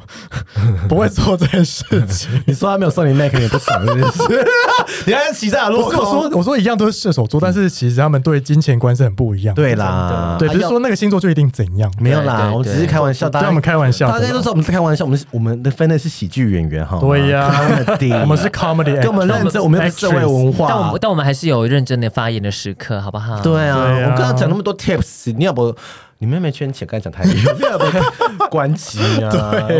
Speaker 1: 不会做这件事情。
Speaker 2: 你说他没有送你 Mac，你也不爽，是不是？ 你还骑在路
Speaker 1: 不是我说，我说一样都是射手座，但是其实他们对金钱观是很不一样的。
Speaker 2: 嗯对啦，
Speaker 1: 对，
Speaker 2: 啊
Speaker 1: 不是说那个星座就一定怎样，
Speaker 2: 要没有
Speaker 4: 对
Speaker 2: 啦，
Speaker 4: 对
Speaker 2: 我只是
Speaker 4: 对
Speaker 2: 开玩笑，大
Speaker 1: 对
Speaker 2: 家
Speaker 1: 我们开玩笑的啦。
Speaker 2: 大家都说我们是开玩笑，我们是我们的分类是喜剧演员哈。
Speaker 1: 对呀
Speaker 2: Comedy
Speaker 1: 我们是 comedy，
Speaker 2: 跟我们
Speaker 1: actor
Speaker 2: 认真，我们又不是社会
Speaker 1: actress
Speaker 2: 文化，
Speaker 4: 但我们但我们还是有认真的发言的时刻，好不好？
Speaker 2: 对啊，
Speaker 1: 对啊
Speaker 2: 我刚刚讲那么多 tips，你要不你妹妹圈钱，刚才讲台语，你要不关机啊？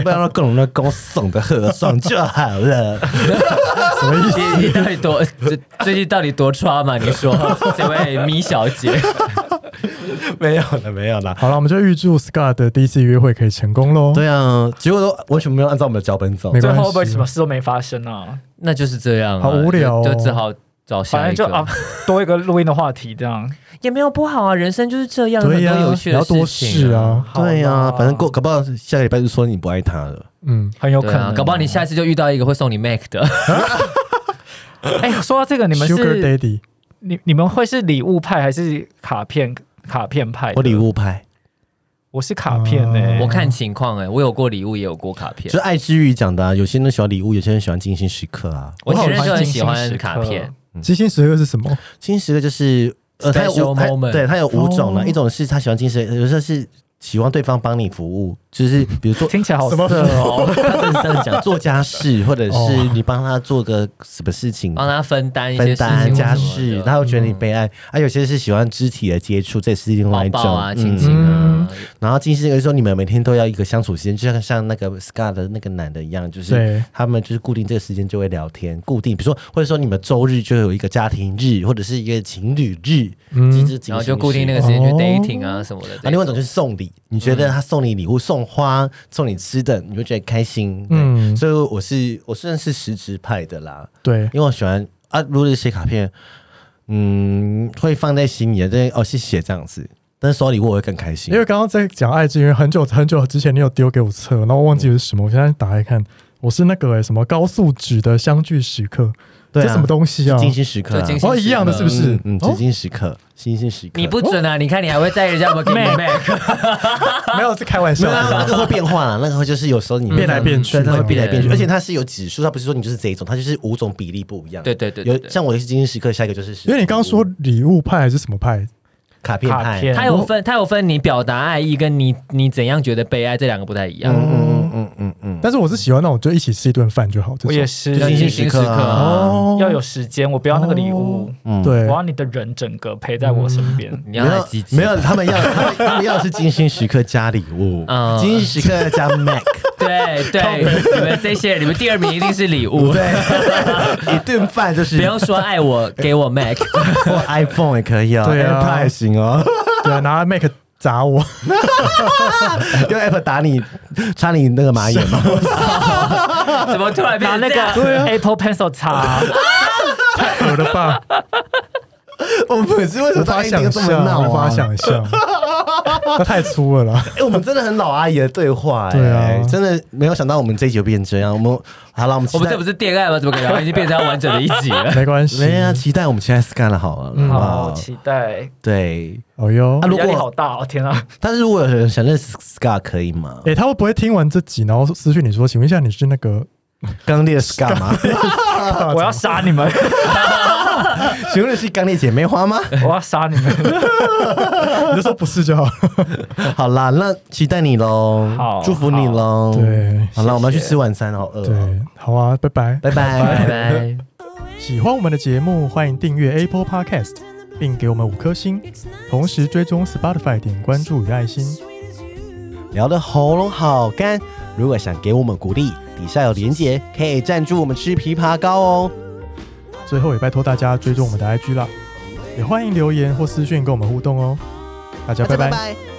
Speaker 2: 不要让各种那高耸的喝爽就好了。
Speaker 1: 什么意思？
Speaker 4: 你你到底多最最近到底多抓嘛？你说这位米小姐，
Speaker 2: 没有了，没有了。
Speaker 1: 好了，我们就预祝 Scott 的第一次约会可以成功喽。
Speaker 2: 对啊，结果都完全没有按照我们的脚本走
Speaker 1: 没。
Speaker 3: 最
Speaker 1: 关
Speaker 3: 后会不会
Speaker 1: 系
Speaker 3: 什么事都没发生啊？
Speaker 4: 那就是这样啊，
Speaker 1: 好无聊哦
Speaker 4: 就就只好找
Speaker 3: 反
Speaker 4: 下
Speaker 3: 正
Speaker 4: 一
Speaker 3: 就啊
Speaker 4: 个。，
Speaker 3: 多一个录音的话题这样。
Speaker 4: 也没有不好啊，人生就是这样，
Speaker 1: 对
Speaker 4: 很
Speaker 1: 呀，
Speaker 4: 多有趣
Speaker 1: 你
Speaker 4: 的
Speaker 1: 要多
Speaker 4: 事
Speaker 1: 试
Speaker 4: 情。
Speaker 1: 啊，
Speaker 2: 对
Speaker 3: 好
Speaker 2: 啊，
Speaker 3: 啦
Speaker 2: 反正过，搞不好下个礼拜就说你不爱他了。
Speaker 1: 嗯，
Speaker 3: 很有
Speaker 4: 对
Speaker 3: 可能
Speaker 4: 啊，
Speaker 3: 哦，
Speaker 4: 搞不好你下一次就遇到一个会送你 Mac 的，
Speaker 3: 哎，说到这个，你们
Speaker 1: Sugar
Speaker 3: 是
Speaker 1: Daddy，
Speaker 3: 你你们会是礼物派还是卡片卡片派？
Speaker 2: 我礼，物派，
Speaker 3: 我是卡片
Speaker 1: 哦
Speaker 3: 哎，
Speaker 4: 我看情况哎、我有过礼物，也有过卡
Speaker 2: 就
Speaker 4: 片
Speaker 2: 是。爱之语讲的啊，有些人喜欢礼物，有些人喜欢精心时刻啊。
Speaker 4: 我前任
Speaker 3: 好
Speaker 4: 就很
Speaker 3: 精
Speaker 4: 喜
Speaker 3: 心
Speaker 4: 欢
Speaker 3: 时
Speaker 4: 卡
Speaker 3: 刻
Speaker 4: 片，
Speaker 2: 嗯
Speaker 1: 金星十二是什么？
Speaker 2: 金石的就是呃，它有
Speaker 4: Special
Speaker 2: 五它
Speaker 4: moment
Speaker 2: 对，它有五种啊
Speaker 1: 哦
Speaker 2: 了，一种是他喜欢金石，有时候是喜欢对方帮你服务，就是比如做
Speaker 3: 听起来好
Speaker 1: 什么
Speaker 3: 色哦。
Speaker 2: 他真的这样讲，做家事，或者是
Speaker 1: 哦
Speaker 2: 你帮他做个什么事情，
Speaker 4: 帮他分担一些
Speaker 2: 分
Speaker 4: 事情或
Speaker 2: 担
Speaker 4: 什
Speaker 2: 家
Speaker 4: 么
Speaker 2: 事
Speaker 4: 的，嗯
Speaker 2: 他会觉得你被爱。啊，有些是喜欢肢体的接触，这也是另外
Speaker 4: 抱
Speaker 2: 一种
Speaker 4: 抱啊、亲
Speaker 2: 嗯
Speaker 4: 亲啊，
Speaker 2: 然后金星就是说，你们每天都要一个相处时间，就像像那个 Scar 的那个男的一样，就是
Speaker 1: 对，
Speaker 2: 他们就是固定这个时间就会聊天，固定，比如说或者说你们周日就有一个家庭日，或者是一个情侣日，
Speaker 1: 嗯
Speaker 2: 这是金星
Speaker 4: 然后就固定那个
Speaker 2: 时
Speaker 4: 时间去
Speaker 1: 哦
Speaker 4: dating 啊什么的。
Speaker 2: 啊，另外一种就是送礼，你觉
Speaker 1: 嗯
Speaker 2: 得他送你礼物、送花、送你吃的，你会觉得开心。对
Speaker 1: 嗯
Speaker 2: 所以我是我虽然是实质派的啦，
Speaker 1: 对，
Speaker 2: 因为我喜欢啊，如果是写卡片，嗯，会放在心里的，但哦谢谢这样子。但是收到礼物我会更开心
Speaker 1: 因，为刚刚在讲爱情，因为很久很久之前你有丢给我册，然后我忘记是什
Speaker 2: 嗯
Speaker 1: 么，我现在打开看，我是那个、欸、什么高素质的相聚时刻，
Speaker 2: 对啊
Speaker 1: 这什么东西啊？
Speaker 2: 精心时刻、啊
Speaker 4: 就，精心
Speaker 1: 哦，一样的是不是
Speaker 2: 嗯，？嗯
Speaker 1: 哦
Speaker 2: 精心时刻，精心时刻，
Speaker 4: 你不准啊！你看你还会在意人家有没有给你 Mac，
Speaker 1: 没有是开玩
Speaker 2: 没
Speaker 1: 笑
Speaker 2: 有啊那
Speaker 1: 的，
Speaker 2: 个会变化啦，那个会就是有时候你
Speaker 1: 嗯变来变去
Speaker 2: 对，它会变来变去，
Speaker 4: 对
Speaker 2: 而且它是有指数，它不是说你就是这一种，它就是五种比例不一样。
Speaker 4: 对对对对
Speaker 2: 有
Speaker 4: 对。
Speaker 2: 像我也是精心时刻，下一个就是
Speaker 1: 因为你刚刚说礼物派还是什么派？
Speaker 2: 嗯卡片
Speaker 3: 卡
Speaker 2: 派，
Speaker 3: 片
Speaker 4: 他有分，他有分你表达爱意跟你你怎样觉得被爱这两个不太一样。
Speaker 2: 嗯嗯嗯嗯嗯，
Speaker 1: 但是我是喜欢那种就一起吃一顿饭就好，这种
Speaker 3: 我也是
Speaker 2: 就
Speaker 4: 要
Speaker 2: 是
Speaker 4: 精
Speaker 2: 精
Speaker 4: 心
Speaker 2: 心
Speaker 4: 时
Speaker 2: 时
Speaker 4: 刻
Speaker 2: 刻
Speaker 4: 啊
Speaker 2: 啊，
Speaker 1: 哦，
Speaker 3: 要有时间，我不要那个礼物，
Speaker 2: 嗯，
Speaker 1: 对
Speaker 3: 我，要你的人整个陪在我身边。
Speaker 4: 你
Speaker 2: 没
Speaker 4: 要来
Speaker 2: 有
Speaker 4: 积极，
Speaker 2: 没有，他们要他们他们要的是精心时刻加礼物
Speaker 4: 嗯，
Speaker 2: 精心时刻 加 Mac，
Speaker 4: 对对，你们这些人，你们第二名一定是礼物，
Speaker 2: 对，一顿饭就
Speaker 4: 不
Speaker 2: 是
Speaker 4: 用说爱我，给我 Mac，
Speaker 2: 或 iPhone 也可以哦，
Speaker 1: 对啊
Speaker 2: a 也行 哦，
Speaker 1: 对啊，拿 Mac 砸 我，
Speaker 2: 用 App 打你插你那个马眼嘛，
Speaker 4: 怎么突然变
Speaker 3: 拿
Speaker 4: 成
Speaker 3: 那
Speaker 4: 这样？
Speaker 3: 个 Apple Pencil 擦，
Speaker 1: 太恶了吧？
Speaker 4: 啊
Speaker 2: 我们粉丝为 什
Speaker 1: 无
Speaker 2: 么
Speaker 1: 法
Speaker 2: 大家一
Speaker 1: 想
Speaker 2: 定这么
Speaker 1: 象，
Speaker 2: 闹
Speaker 1: 无
Speaker 2: 啊
Speaker 1: 法？想象，那太粗了啦。
Speaker 2: 哎，我们真的很老阿姨的对话，哎
Speaker 1: 对啊
Speaker 2: 真的没有想到我们这一集会变这样，我们好了，我们期
Speaker 4: 我
Speaker 2: 待
Speaker 4: 们这不是恋爱吗？怎么可能已经变成完整的一集了？
Speaker 1: 没关系，
Speaker 2: 没啊，期待我们期待 Scan 了好了，
Speaker 4: 嗯
Speaker 2: 不
Speaker 3: 好期待。
Speaker 2: 对，
Speaker 1: 哦哟
Speaker 2: 啊，如
Speaker 3: 压力
Speaker 2: 果
Speaker 3: 好大哦，天啊！
Speaker 2: 但是如果有人想认识 Scar 可以吗？
Speaker 1: 诶，他会不会听完这集，然后私讯你说，请问一下你是那个？
Speaker 2: 刚烈 Scar 吗？
Speaker 3: 我要杀你们，
Speaker 2: 请问是刚烈姐妹花吗？
Speaker 3: 我要杀你们！
Speaker 1: 你就说不是就好了。
Speaker 2: 好啦，那期待你喽，
Speaker 3: 好
Speaker 2: 祝福你喽。
Speaker 1: 对
Speaker 2: 好了，我们要去吃晚餐，好饿哦。
Speaker 1: 对，好啊，拜 拜。
Speaker 2: 拜
Speaker 4: 拜
Speaker 2: 拜。
Speaker 4: 拜。
Speaker 1: 喜欢我们的节目，欢迎订阅 Apple Podcast，并给我们五颗星，同时追踪 Spotify 点关注与爱心。
Speaker 2: 聊的喉咙好干，如果想给我们鼓励，底下有连结，可以赞助我们吃枇杷膏哦。
Speaker 1: 最后也拜托大家追踪我们的 IG 啦，也欢迎留言或私讯跟我们互动哦。大家
Speaker 2: 大家
Speaker 1: 拜拜
Speaker 2: 拜。